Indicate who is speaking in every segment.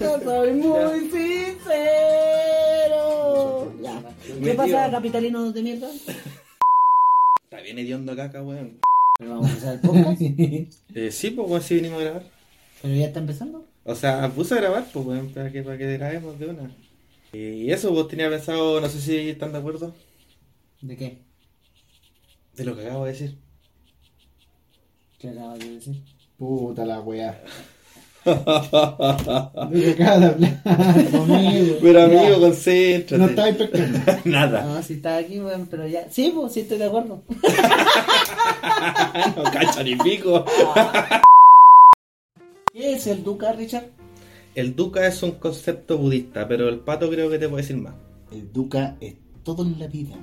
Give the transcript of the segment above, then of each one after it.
Speaker 1: Yo soy muy sincero. Ya. ¿Qué
Speaker 2: Metido.
Speaker 1: pasa, capitalinos de mierda?
Speaker 2: Está bien hediondo caca, weón.
Speaker 1: Pero vamos a empezar el podcast.
Speaker 2: Eh, sí, pues weón, sí vinimos a grabar.
Speaker 1: Pero ya está empezando.
Speaker 2: O sea, puse a grabar, pues weón, para que, para que grabemos de una. Y eso, vos tenía pensado, no sé si están de acuerdo,
Speaker 1: ¿De qué?
Speaker 2: de lo que acabo de decir.
Speaker 1: ¿Qué acabas de decir?
Speaker 3: Puta la weá. Lo que acabas de hablar conmigo.
Speaker 2: Pero amigo,
Speaker 3: Ya,
Speaker 2: concéntrate.
Speaker 3: No estáis pescando.
Speaker 2: Nada.
Speaker 1: No, si Ah, está aquí, weón, pero ya. Sí, pues, sí estoy de acuerdo.
Speaker 3: Ah,
Speaker 2: no cacha ni pico.
Speaker 1: ¿Qué es el Duca, Richard?
Speaker 2: El dukkha es un concepto budista, pero el pato creo que te puede decir más.
Speaker 3: El Duca es todo en la vida.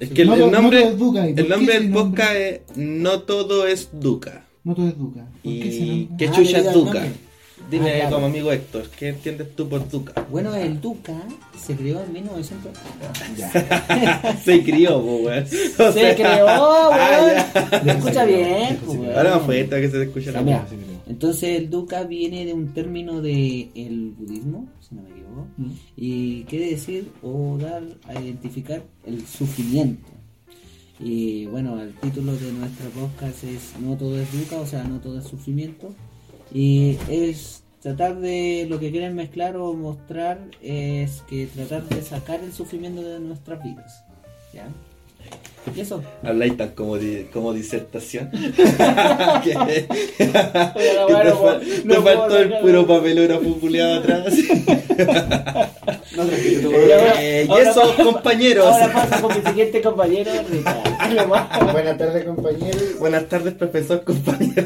Speaker 2: Es que el,
Speaker 3: No
Speaker 2: el
Speaker 3: todo- no
Speaker 2: nombre,
Speaker 3: todo es dukkha, ¿y por
Speaker 2: el
Speaker 3: qué
Speaker 2: nombre
Speaker 3: ese
Speaker 2: del
Speaker 3: nombre?
Speaker 2: podcast es No todo es duca.
Speaker 3: No todo es Duca. ¿Por qué se
Speaker 2: ¿Y
Speaker 3: llama?
Speaker 2: qué
Speaker 1: Ah,
Speaker 2: chucha
Speaker 1: le
Speaker 2: es
Speaker 1: digo el
Speaker 2: duca?
Speaker 1: nombre.
Speaker 2: Dime
Speaker 1: Ah, claro.
Speaker 2: como amigo Héctor, ¿qué entiendes tú por duca?
Speaker 1: Bueno, el Duca se creó en 1900.
Speaker 3: Ya.
Speaker 2: Se crió, po, weón. O
Speaker 1: Se
Speaker 2: sea,
Speaker 1: creó,
Speaker 2: ah,
Speaker 1: weón. ¿Me escucha bien, pues,
Speaker 2: ya.
Speaker 1: weón.
Speaker 2: Ahora más fuerte que se te escucha la
Speaker 1: Ya, mira.
Speaker 2: voz.
Speaker 1: Entonces el dukkha viene de un término del el budismo, si no me equivoco,
Speaker 3: Mm.
Speaker 1: y quiere decir o dar a identificar el sufrimiento. Y bueno, el título de nuestra podcast es No todo es dukkha, o sea, no todo es sufrimiento. Y es tratar de lo que quieren mezclar o mostrar es que tratar de sacar el sufrimiento de nuestras vidas. ¿Ya? Y eso.
Speaker 2: Habláis tan como, di- como disertación. Que- que te, fa- te faltó el puro papelógrafo culiado atrás.
Speaker 1: No, tranquilo,
Speaker 2: Eh,
Speaker 1: y ahora-
Speaker 2: y
Speaker 1: ahora
Speaker 2: eso,
Speaker 1: pasa-
Speaker 2: compañeros.
Speaker 1: Ahora paso con mi siguiente compañero, Ricardo. Lo más-
Speaker 3: Buenas tardes, compañeros.
Speaker 2: Buenas tardes, profesor, compañero.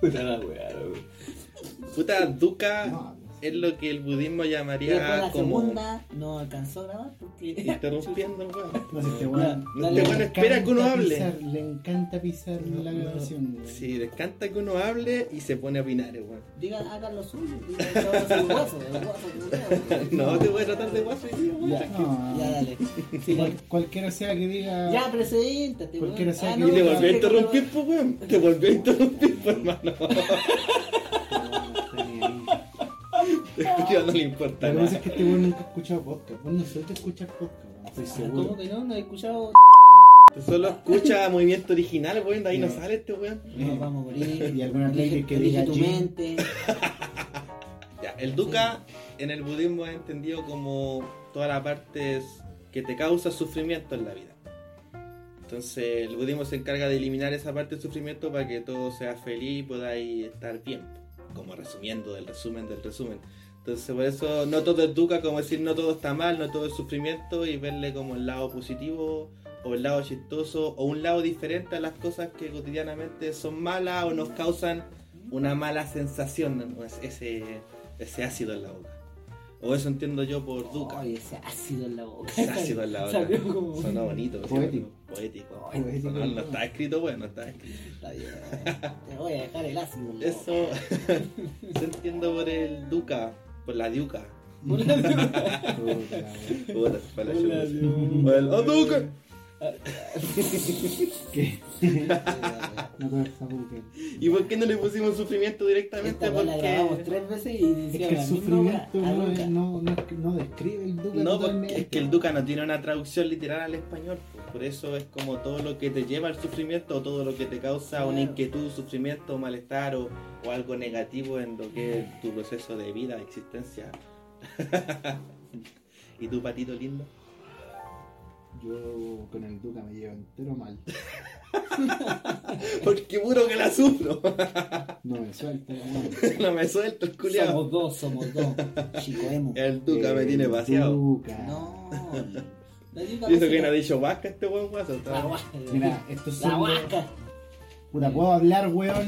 Speaker 1: Puta la wea, wey.
Speaker 2: Puta, duca
Speaker 3: No,
Speaker 2: es lo que el budismo
Speaker 1: Y después
Speaker 2: llamaría
Speaker 1: la
Speaker 2: como.
Speaker 1: segunda no alcanzó a grabar porque.
Speaker 2: Interrumpiendo, weón.
Speaker 3: No sé, este
Speaker 1: Ya,
Speaker 3: weón.
Speaker 1: dale.
Speaker 3: le
Speaker 1: Este weón
Speaker 2: espera
Speaker 3: encanta
Speaker 2: que uno hable.
Speaker 3: pisar, Le encanta pisar la grabación. weón.
Speaker 2: Sí, les canta que uno hable y se pone a opinar, weón.
Speaker 1: Digan, hagan lo suyo. digan, yo soy el guaso, el guaso que veo.
Speaker 2: No, te voy a tratar de guaso y digo,
Speaker 3: Ya, no.
Speaker 1: Ya, dale.
Speaker 3: Sí, cual- cualquiera sea que diga.
Speaker 1: Ya, preséntate.
Speaker 3: ¿Por
Speaker 1: weón.
Speaker 3: qué no sé
Speaker 1: Ah,
Speaker 3: que-
Speaker 2: Y le
Speaker 3: no,
Speaker 2: volvió a
Speaker 1: sí,
Speaker 2: interrumpir, pues, weón. Te volvió a interrumpir, pues, hermano. Yo no le
Speaker 3: Lo
Speaker 2: importa
Speaker 3: que pasa es
Speaker 2: nada.
Speaker 3: que este weón nunca ha escuchado podcast. Vos no suelta escuchar podcast, weón. Estoy
Speaker 1: pero- ¿Cómo
Speaker 3: seguro.
Speaker 1: que no? No he escuchado.
Speaker 2: Tú solo escucha movimiento original, weón. De ahí no sale este weón.
Speaker 1: No, vamos a morir.
Speaker 3: Eh, Y alguna
Speaker 1: Elige-
Speaker 3: vez que
Speaker 1: elige
Speaker 3: diga
Speaker 1: tu
Speaker 3: Jim.
Speaker 1: mente.
Speaker 2: Ya, el dukkha en el budismo es entendido como toda la parte es- que te causa sufrimiento en la vida. Entonces el budismo se encarga de eliminar esa parte del sufrimiento para que todo sea feliz y podáis estar bien. Como resumiendo del resumen del resumen. Entonces por eso no todo es dukkha, como decir no todo está mal, no todo es sufrimiento y verle como el lado positivo o el lado chistoso o un lado diferente a las cosas que cotidianamente son malas o nos causan una mala sensación, ¿no? Es- ese, ese ácido en la boca. O eso entiendo yo por duca.
Speaker 1: Ay, ese ácido en la boca.
Speaker 2: Ese ácido en la boca.
Speaker 1: Salió como-
Speaker 2: Sonó bonito. sí,
Speaker 3: Poético.
Speaker 2: Poético.
Speaker 3: Poético.
Speaker 2: No, no está escrito, bueno, no está escrito.
Speaker 1: Está bien. Te voy a dejar el ácido. en la boca.
Speaker 2: Eso se entiendo por el duca, por la diuca.
Speaker 1: Una duda.
Speaker 3: Puta la weá.
Speaker 2: Puta, se fue la
Speaker 1: Hola,
Speaker 2: chucha.
Speaker 1: Dios.
Speaker 2: Por el ¡Oh, duca!
Speaker 3: ¿Qué? No todo está Google.
Speaker 2: ¿Y por qué no le pusimos sufrimiento directamente?
Speaker 1: Esta weá la grabamos
Speaker 2: Porque...
Speaker 1: tres veces y decíamos
Speaker 3: Es que el
Speaker 1: la misma
Speaker 3: sufrimiento
Speaker 1: weá. Ah,
Speaker 3: no,
Speaker 1: nunca.
Speaker 3: es- no, no, es que- no describe el Duca
Speaker 2: No,
Speaker 3: totalmente.
Speaker 2: porque es que el duca no tiene una traducción literal al español. pues. Por eso es como todo lo que te lleva al sufrimiento o todo lo que te causa una
Speaker 1: Claro.
Speaker 2: inquietud, sufrimiento, malestar o, o algo negativo en lo que es tu proceso de vida, existencia. ¿Y tu patito lindo?
Speaker 3: Yo con el Duca me llevo entero mal.
Speaker 2: Porque puro que la sufro.
Speaker 3: No me suelta,
Speaker 2: no me suelto el culiado.
Speaker 1: Somos dos, somos dos. Chico emo.
Speaker 2: El duca me tiene vaciado.
Speaker 3: Duca.
Speaker 1: No. La diva
Speaker 2: Y eso que
Speaker 1: la-
Speaker 2: no ha dicho vasca este buen guaso. está-
Speaker 1: La guaca.
Speaker 3: Mira, esto es
Speaker 1: La
Speaker 3: un-
Speaker 1: guaca.
Speaker 3: Puta, ¿puedo hablar, weón?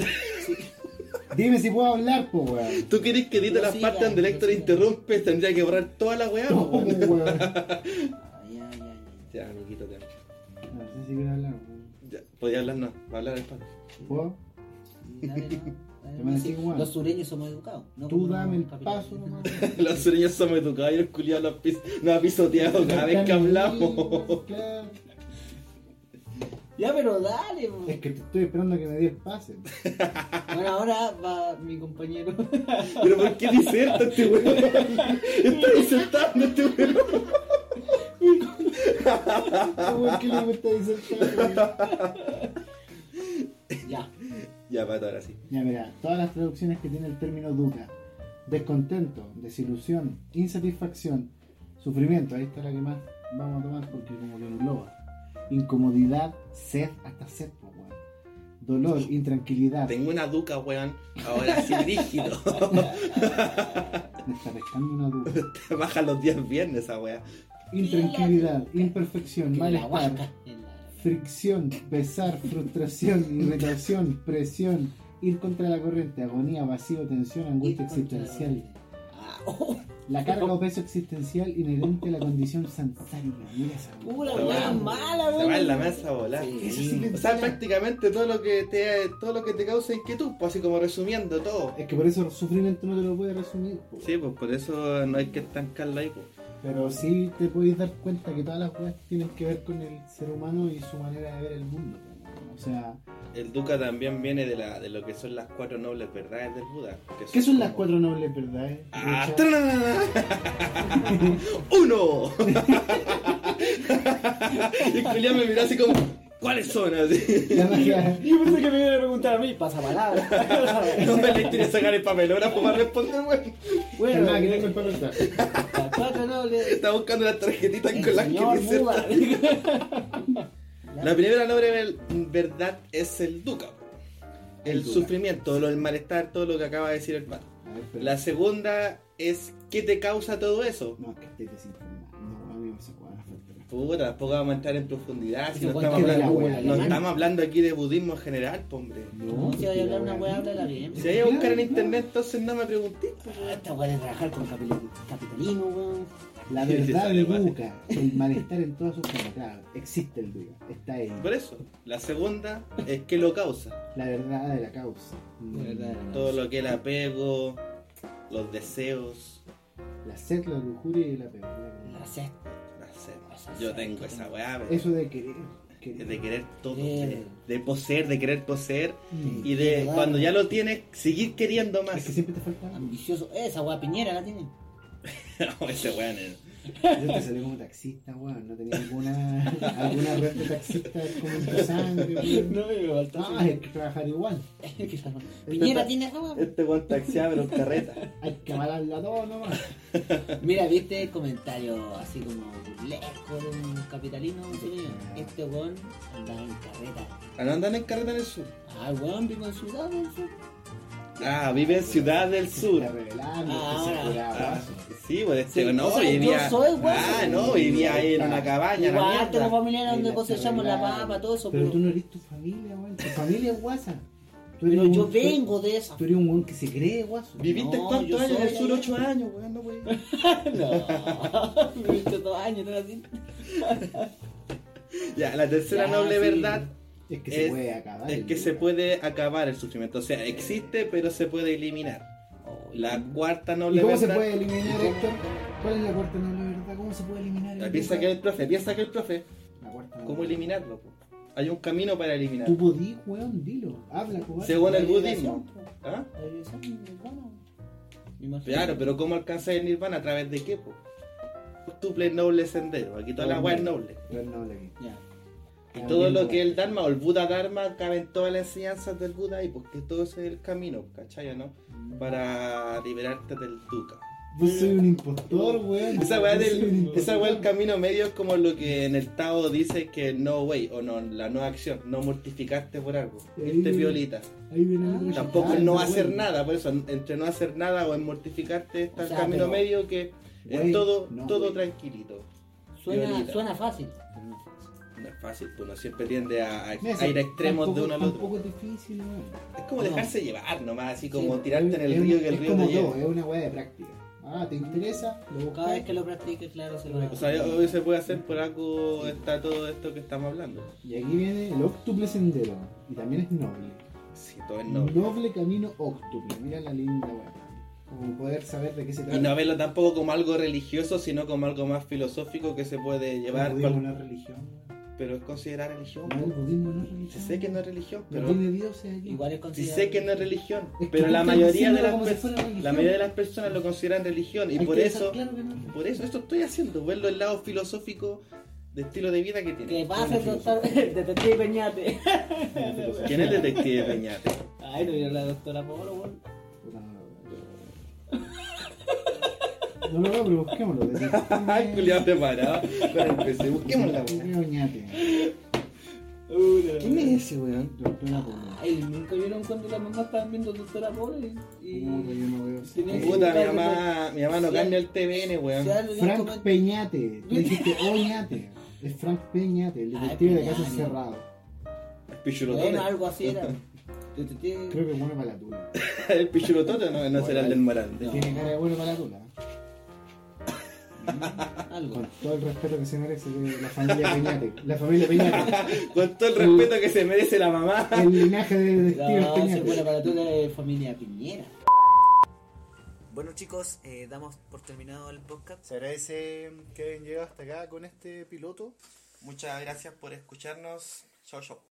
Speaker 3: Dime si puedo hablar, po, weón.
Speaker 2: ¿Tú querés que edite
Speaker 1: Pero
Speaker 2: las
Speaker 1: siga,
Speaker 2: partes donde
Speaker 1: pero
Speaker 2: el Héctor
Speaker 1: siga.
Speaker 2: interrumpe? Tendría que borrar toda la weá.
Speaker 3: No,
Speaker 2: weón.
Speaker 3: weón.
Speaker 1: Ah, ya, ya, ya.
Speaker 2: Ya, amiguito, ya.
Speaker 3: No sé si quiero hablar, weón.
Speaker 2: Ya, podía hablar, no, va a hablar el pato.
Speaker 3: ¿Puedo?
Speaker 1: Dale, no, dale,
Speaker 3: Te van a
Speaker 1: no,
Speaker 3: decir,
Speaker 1: sí.
Speaker 3: weón.
Speaker 1: Los sureños somos educados. No
Speaker 3: Tú
Speaker 1: como los
Speaker 3: dame el
Speaker 1: capitales.
Speaker 3: paso, nomás.
Speaker 2: Los sureños somos educados y los culiados los pis- nos ha pisoteado cada vez que hablamos.
Speaker 3: Claro.
Speaker 1: Ya, pero dale, po.
Speaker 3: Es que te estoy esperando a que me dé el pase.
Speaker 1: Bueno, ahora va mi compañero.
Speaker 2: Pero ¿por qué diserta este weón? Está disertando este weón.
Speaker 3: ¿Por Ah, qué le gusta disertar?
Speaker 1: ya.
Speaker 2: Ya, pato, ahora sí.
Speaker 3: Ya, mira, todas las traducciones que tiene el término duca. Descontento, desilusión, insatisfacción, sufrimiento. Ahí está la que más vamos a tomar porque como que engloba. Incomodidad, sed, hasta sed, po, weón. Dolor, intranquilidad.
Speaker 2: Tengo una duca, weón. Ahora sí, rígido.
Speaker 3: Me está pescando una duca.
Speaker 2: Te baja los días viernes esa weá.
Speaker 3: Intranquilidad,
Speaker 1: Mira,
Speaker 3: imperfección,
Speaker 1: Que me la
Speaker 3: malestar,
Speaker 1: huasca. en la-
Speaker 3: fricción, pesar, frustración, irritación, presión, ir contra la corriente, agonía, vacío, tensión, angustia existencial.
Speaker 1: Ah, oh,
Speaker 3: La carga o peso existencial inherente a la condición sansárica. Mira esa
Speaker 1: Uh, la
Speaker 2: Se
Speaker 1: weá
Speaker 2: va-
Speaker 1: es mala,
Speaker 2: Se va en la
Speaker 1: weón.
Speaker 2: mesa a volar.
Speaker 1: Ah, Sí.
Speaker 3: Eso sí
Speaker 2: O
Speaker 3: que-
Speaker 2: sea, prácticamente todo lo que te todo lo que te causa inquietud, pues así como resumiendo todo.
Speaker 3: Es que por eso el sufrimiento no te lo puede resumir. po.
Speaker 2: Sí, pues por eso no hay que estancarla ahí, pues.
Speaker 3: Pero sí te podéis dar cuenta que todas las cosas tienen que ver con el ser humano y su manera de ver el mundo. po. O sea,
Speaker 2: El Duca también viene de la de lo que son las cuatro nobles verdades del Buda. que
Speaker 3: ¿qué son
Speaker 2: como-
Speaker 3: las cuatro nobles eh? verdades?
Speaker 2: Ah,
Speaker 3: Richard?
Speaker 2: tararara. ¡Uno! y el culiao me miró así como, ¿cuáles son? Así.
Speaker 3: La magia-
Speaker 1: Yo pensé que me iban a preguntar a mí, pasa palabra.
Speaker 2: No me le tiene que sacar el papelógrafo para responder, weón. eh,
Speaker 1: bueno, eh,
Speaker 3: Nada, que tengo el palo atrás.
Speaker 1: la cuatro nobles.
Speaker 2: Está buscando las tarjetitas
Speaker 1: El
Speaker 2: con las
Speaker 1: señor
Speaker 2: que dice.
Speaker 1: Buda.
Speaker 2: La primera noble vel- verdad es el Duca. El,
Speaker 3: El Duca.
Speaker 2: sufrimiento, lo, el malestar, todo lo que acaba de decir el pato.
Speaker 3: A ver, pero-
Speaker 2: La segunda es ¿qué te causa todo eso?
Speaker 3: No, es que estoy desinformado. No, amigo, se juega la frente.
Speaker 2: Puta, tampoco vamos a entrar en profundidad. Si
Speaker 1: Eso
Speaker 2: no
Speaker 1: cualquier
Speaker 2: estamos, hablando,
Speaker 3: wea, la wea,
Speaker 2: no
Speaker 3: la
Speaker 2: estamos hablando aquí de budismo en general, po, hombre.
Speaker 1: No, si vaya a hablar una weá, háblala bien.
Speaker 2: Si hay a buscar en internet, entonces no me preguntéis. po,
Speaker 1: Ah,
Speaker 2: weón.
Speaker 1: Esta weá de trabajar con capi- capitalismo, weón.
Speaker 3: La
Speaker 2: Sí, sí,
Speaker 3: verdad
Speaker 2: sale,
Speaker 3: de
Speaker 2: weá.
Speaker 3: Buca, el malestar en todas sus formas. Claro, existe el duda, está ahí.
Speaker 2: Por eso, la segunda es qué lo causa.
Speaker 3: La verdad de la causa. Mm,
Speaker 1: La verdad de la
Speaker 2: Todo lo que es el apego, los deseos,
Speaker 3: La sed, la lujuria y la peor.
Speaker 1: La sed.
Speaker 2: la sed. Yo tengo esa weá, pero
Speaker 3: Eso de querer. querer.
Speaker 2: de querer todo,
Speaker 1: Eh.
Speaker 2: de poseer, de querer poseer.
Speaker 3: Mm.
Speaker 2: Y de
Speaker 1: Claro.
Speaker 2: cuando ya lo tienes, seguir queriendo más.
Speaker 3: Es que siempre te falta algo.
Speaker 1: Ambicioso. Esa weá piñera la tiene.
Speaker 2: No, ese weón es-
Speaker 3: Yo te salí como taxista, weón. No tenía ninguna alguna red de taxista como en tu sangre, weón.
Speaker 1: me
Speaker 3: No, hay que trabajar igual.
Speaker 1: Piñera tiene esa weá.
Speaker 2: Este weón taxiaba, pero en carreta.
Speaker 3: Hay que malarla todo nomás.
Speaker 1: Mira, viste el comentario así como burlesco de un capitalino. chileno? Este weón andaba en carreta.
Speaker 2: Ah, no andan en carreta en el sur.
Speaker 1: Ah, el weón vivo en Ciudad del Sur.
Speaker 2: Ah, vive en Ciudad del
Speaker 3: Se
Speaker 2: Sur.
Speaker 3: está revelando,
Speaker 1: Ah,
Speaker 3: se
Speaker 2: Ah,
Speaker 3: curaba.
Speaker 2: sí, pues este,
Speaker 1: Sí,
Speaker 2: no,
Speaker 1: o sea,
Speaker 2: vivía.
Speaker 1: yo soy guaso.
Speaker 2: ah, no, vivía ahí en una cabaña, Ah, la
Speaker 1: Igual
Speaker 2: mierda.
Speaker 1: tengo familiares
Speaker 3: Ahí
Speaker 1: donde
Speaker 3: la
Speaker 1: cosechamos la
Speaker 3: cerrada.
Speaker 1: papa, todo eso.
Speaker 3: Pero
Speaker 1: Pero,
Speaker 3: tú no eres tu familia, weón. Tu familia es guasa. Tú eres
Speaker 1: pero yo
Speaker 3: un-
Speaker 1: vengo de esa.
Speaker 3: Tú, tú eres un weón que se cree guaso.
Speaker 2: ¿Viviste
Speaker 1: No, yo
Speaker 2: cuántos años en el
Speaker 1: soy
Speaker 2: sur?
Speaker 1: ahí.
Speaker 2: Ocho años, weón, no, weón.
Speaker 1: No, viviste dos años, no era así.
Speaker 2: Ya, la tercera
Speaker 1: Ya,
Speaker 2: noble
Speaker 1: sí.
Speaker 2: verdad
Speaker 3: Es que se
Speaker 2: Es-
Speaker 3: puede acabar.
Speaker 2: es
Speaker 3: el
Speaker 2: que se
Speaker 3: lugar.
Speaker 2: puede acabar el sufrimiento. O sea, existe, pero se puede eliminar. La cuarta
Speaker 3: ¿Y
Speaker 2: noble
Speaker 3: cómo se
Speaker 2: verdad.
Speaker 3: puede eliminar, Héctor? ¿Cuál es la cuarta noble verdad? ¿Cómo se puede eliminar?
Speaker 2: Ya,
Speaker 3: el
Speaker 2: Piensa que
Speaker 3: lugar?
Speaker 2: el profe, piensa que el profe.
Speaker 3: La cuarta noble
Speaker 2: ¿Cómo
Speaker 3: verdad.
Speaker 2: eliminarlo? po? Hay un camino para eliminarlo.
Speaker 3: Tú podís, weón, dilo. Habla, cobarde.
Speaker 2: Según el
Speaker 1: La liberación,
Speaker 2: budismo. ¿Ah?
Speaker 1: La división nirvana. Me imagino.
Speaker 2: Claro, pero ¿cómo alcanzas el nirvana? ¿A través de qué? po? Tuple noble sendero. Aquí toda la agua es noble.
Speaker 3: No es noble aquí.
Speaker 1: Ya.
Speaker 2: Y
Speaker 3: Ah,
Speaker 2: todo
Speaker 3: Oh, bien,
Speaker 2: lo
Speaker 3: bueno.
Speaker 2: que es el Dharma o el Buda Dharma cabe en todas las enseñanzas del Buda y porque todo ese es el camino, ¿cachai o no?
Speaker 3: Mm.
Speaker 2: Para liberarte del dukkha.
Speaker 3: Yo soy un impostor, weón.
Speaker 2: Esa weá
Speaker 3: Yo soy un
Speaker 2: del
Speaker 3: impostor.
Speaker 2: esa weá del camino medio es como lo que en el Tao dice que no way o no, la no acción, no mortificarte por algo, irte violita.
Speaker 3: Ahí viene el otro
Speaker 2: Ah. Tampoco
Speaker 3: chacán,
Speaker 2: no
Speaker 3: weón.
Speaker 2: hacer nada, por eso entre no hacer nada o en mortificarte está
Speaker 1: O
Speaker 2: el
Speaker 1: sea,
Speaker 2: camino
Speaker 1: pero-
Speaker 2: medio que es
Speaker 3: Wey,
Speaker 2: todo,
Speaker 3: no,
Speaker 2: todo
Speaker 3: wey.
Speaker 2: tranquilito.
Speaker 1: Suena,
Speaker 2: Violita.
Speaker 1: suena fácil. pero no es fácil.
Speaker 2: No es fácil, pues uno siempre tiende a, a-
Speaker 3: Mira,
Speaker 2: a ir a extremos de
Speaker 3: tampoco-
Speaker 2: uno al otro.
Speaker 3: Tampoco es difícil, weón.
Speaker 2: Es como
Speaker 1: No.
Speaker 2: dejarse llevar nomás, así como
Speaker 1: Sí.
Speaker 2: tirarte en el
Speaker 3: Es-
Speaker 2: río que el
Speaker 3: es
Speaker 2: río
Speaker 3: como
Speaker 2: te lleve.
Speaker 3: todo, es una weá de práctica. Ah, ¿te interesa? Lo
Speaker 1: Cada vez
Speaker 3: buscas.
Speaker 1: que lo practiques, claro, se lo
Speaker 2: O sea, hoy se puede hacer por algo está todo esto que estamos hablando.
Speaker 3: Y aquí viene el octuple sendero. Y también es noble.
Speaker 2: Sí, todo es
Speaker 3: Noble,
Speaker 2: noble.
Speaker 3: camino octuple. Mira la linda weá. Como poder saber de qué se trata.
Speaker 2: Y no verlo tampoco como algo religioso, sino como algo más filosófico que se puede llevar.
Speaker 3: Como digo,
Speaker 2: cual-
Speaker 3: una religión. weón.
Speaker 2: pero es considerada religión.
Speaker 3: No, el budismo no es
Speaker 2: Si
Speaker 3: religión.
Speaker 2: sé que no es religión,
Speaker 3: No
Speaker 2: pero
Speaker 3: tiene dioses allí.
Speaker 1: Igual es
Speaker 2: si
Speaker 1: considerado.
Speaker 2: sé que no es religión,
Speaker 3: Es que
Speaker 2: pero la
Speaker 3: están
Speaker 2: mayoría de
Speaker 3: diciéndolo
Speaker 2: las
Speaker 3: como si
Speaker 2: pers-
Speaker 3: fuera religión.
Speaker 2: la mayoría de las personas lo consideran religión y
Speaker 3: Hay
Speaker 2: por
Speaker 3: que dejar
Speaker 2: eso
Speaker 3: claro que no es
Speaker 2: por eso esto estoy haciendo, verlo el lado filosófico de estilo de vida que tiene.
Speaker 1: ¿Qué pasa, doctor? Detective Peñate.
Speaker 3: religión.
Speaker 2: ¿Quién es detective Peñate?
Speaker 1: Ay, no vieron la doctora Polo, weón.
Speaker 3: Puta, no lo veo. No lo veo, pero busquémoslo.
Speaker 2: Ay, culiado preparado. Pero empecé, busquémosla, weón.
Speaker 3: Julio Oñate.
Speaker 2: ¿Quién es ese, weón?
Speaker 3: Doctora Polo.
Speaker 1: pues, Ay, nunca vieron cuando la mamá estaban viendo doctora Polo y. y-
Speaker 3: No, pues, yo no veo eso.
Speaker 1: Tiene-
Speaker 2: Puta, mi mamá, mi mamá no
Speaker 1: Sí.
Speaker 2: cambia el TVN,
Speaker 1: O
Speaker 2: weón.
Speaker 1: sea, alguien
Speaker 3: Frank
Speaker 1: comen-
Speaker 3: Peñate. Tú dijiste Oñate. Es Frank Peñate, el
Speaker 1: Ah,
Speaker 3: detective de
Speaker 1: Peñate.
Speaker 3: casos cerrados.
Speaker 2: El
Speaker 1: Bueno,
Speaker 2: pichurotote.
Speaker 1: algo así era. Detective-
Speaker 3: Creo que es bueno para la tula.
Speaker 2: El pichurotote no, no será el del Morante.
Speaker 1: No.
Speaker 3: Tiene cara de bueno para la tula.
Speaker 1: Algo.
Speaker 3: Con todo el respeto que se merece de la familia Peñate. La familia Peñate.
Speaker 2: Con todo el respeto que se merece la mamá.
Speaker 3: El linaje de detectives
Speaker 1: No, se fue la
Speaker 3: Peñate.
Speaker 1: aparatura de familia Piñera.
Speaker 4: Bueno chicos, eh, damos por terminado el podcast.
Speaker 5: Se agradece que hayan llegado hasta acá con este piloto.
Speaker 2: Muchas gracias por escucharnos. Chau, chau.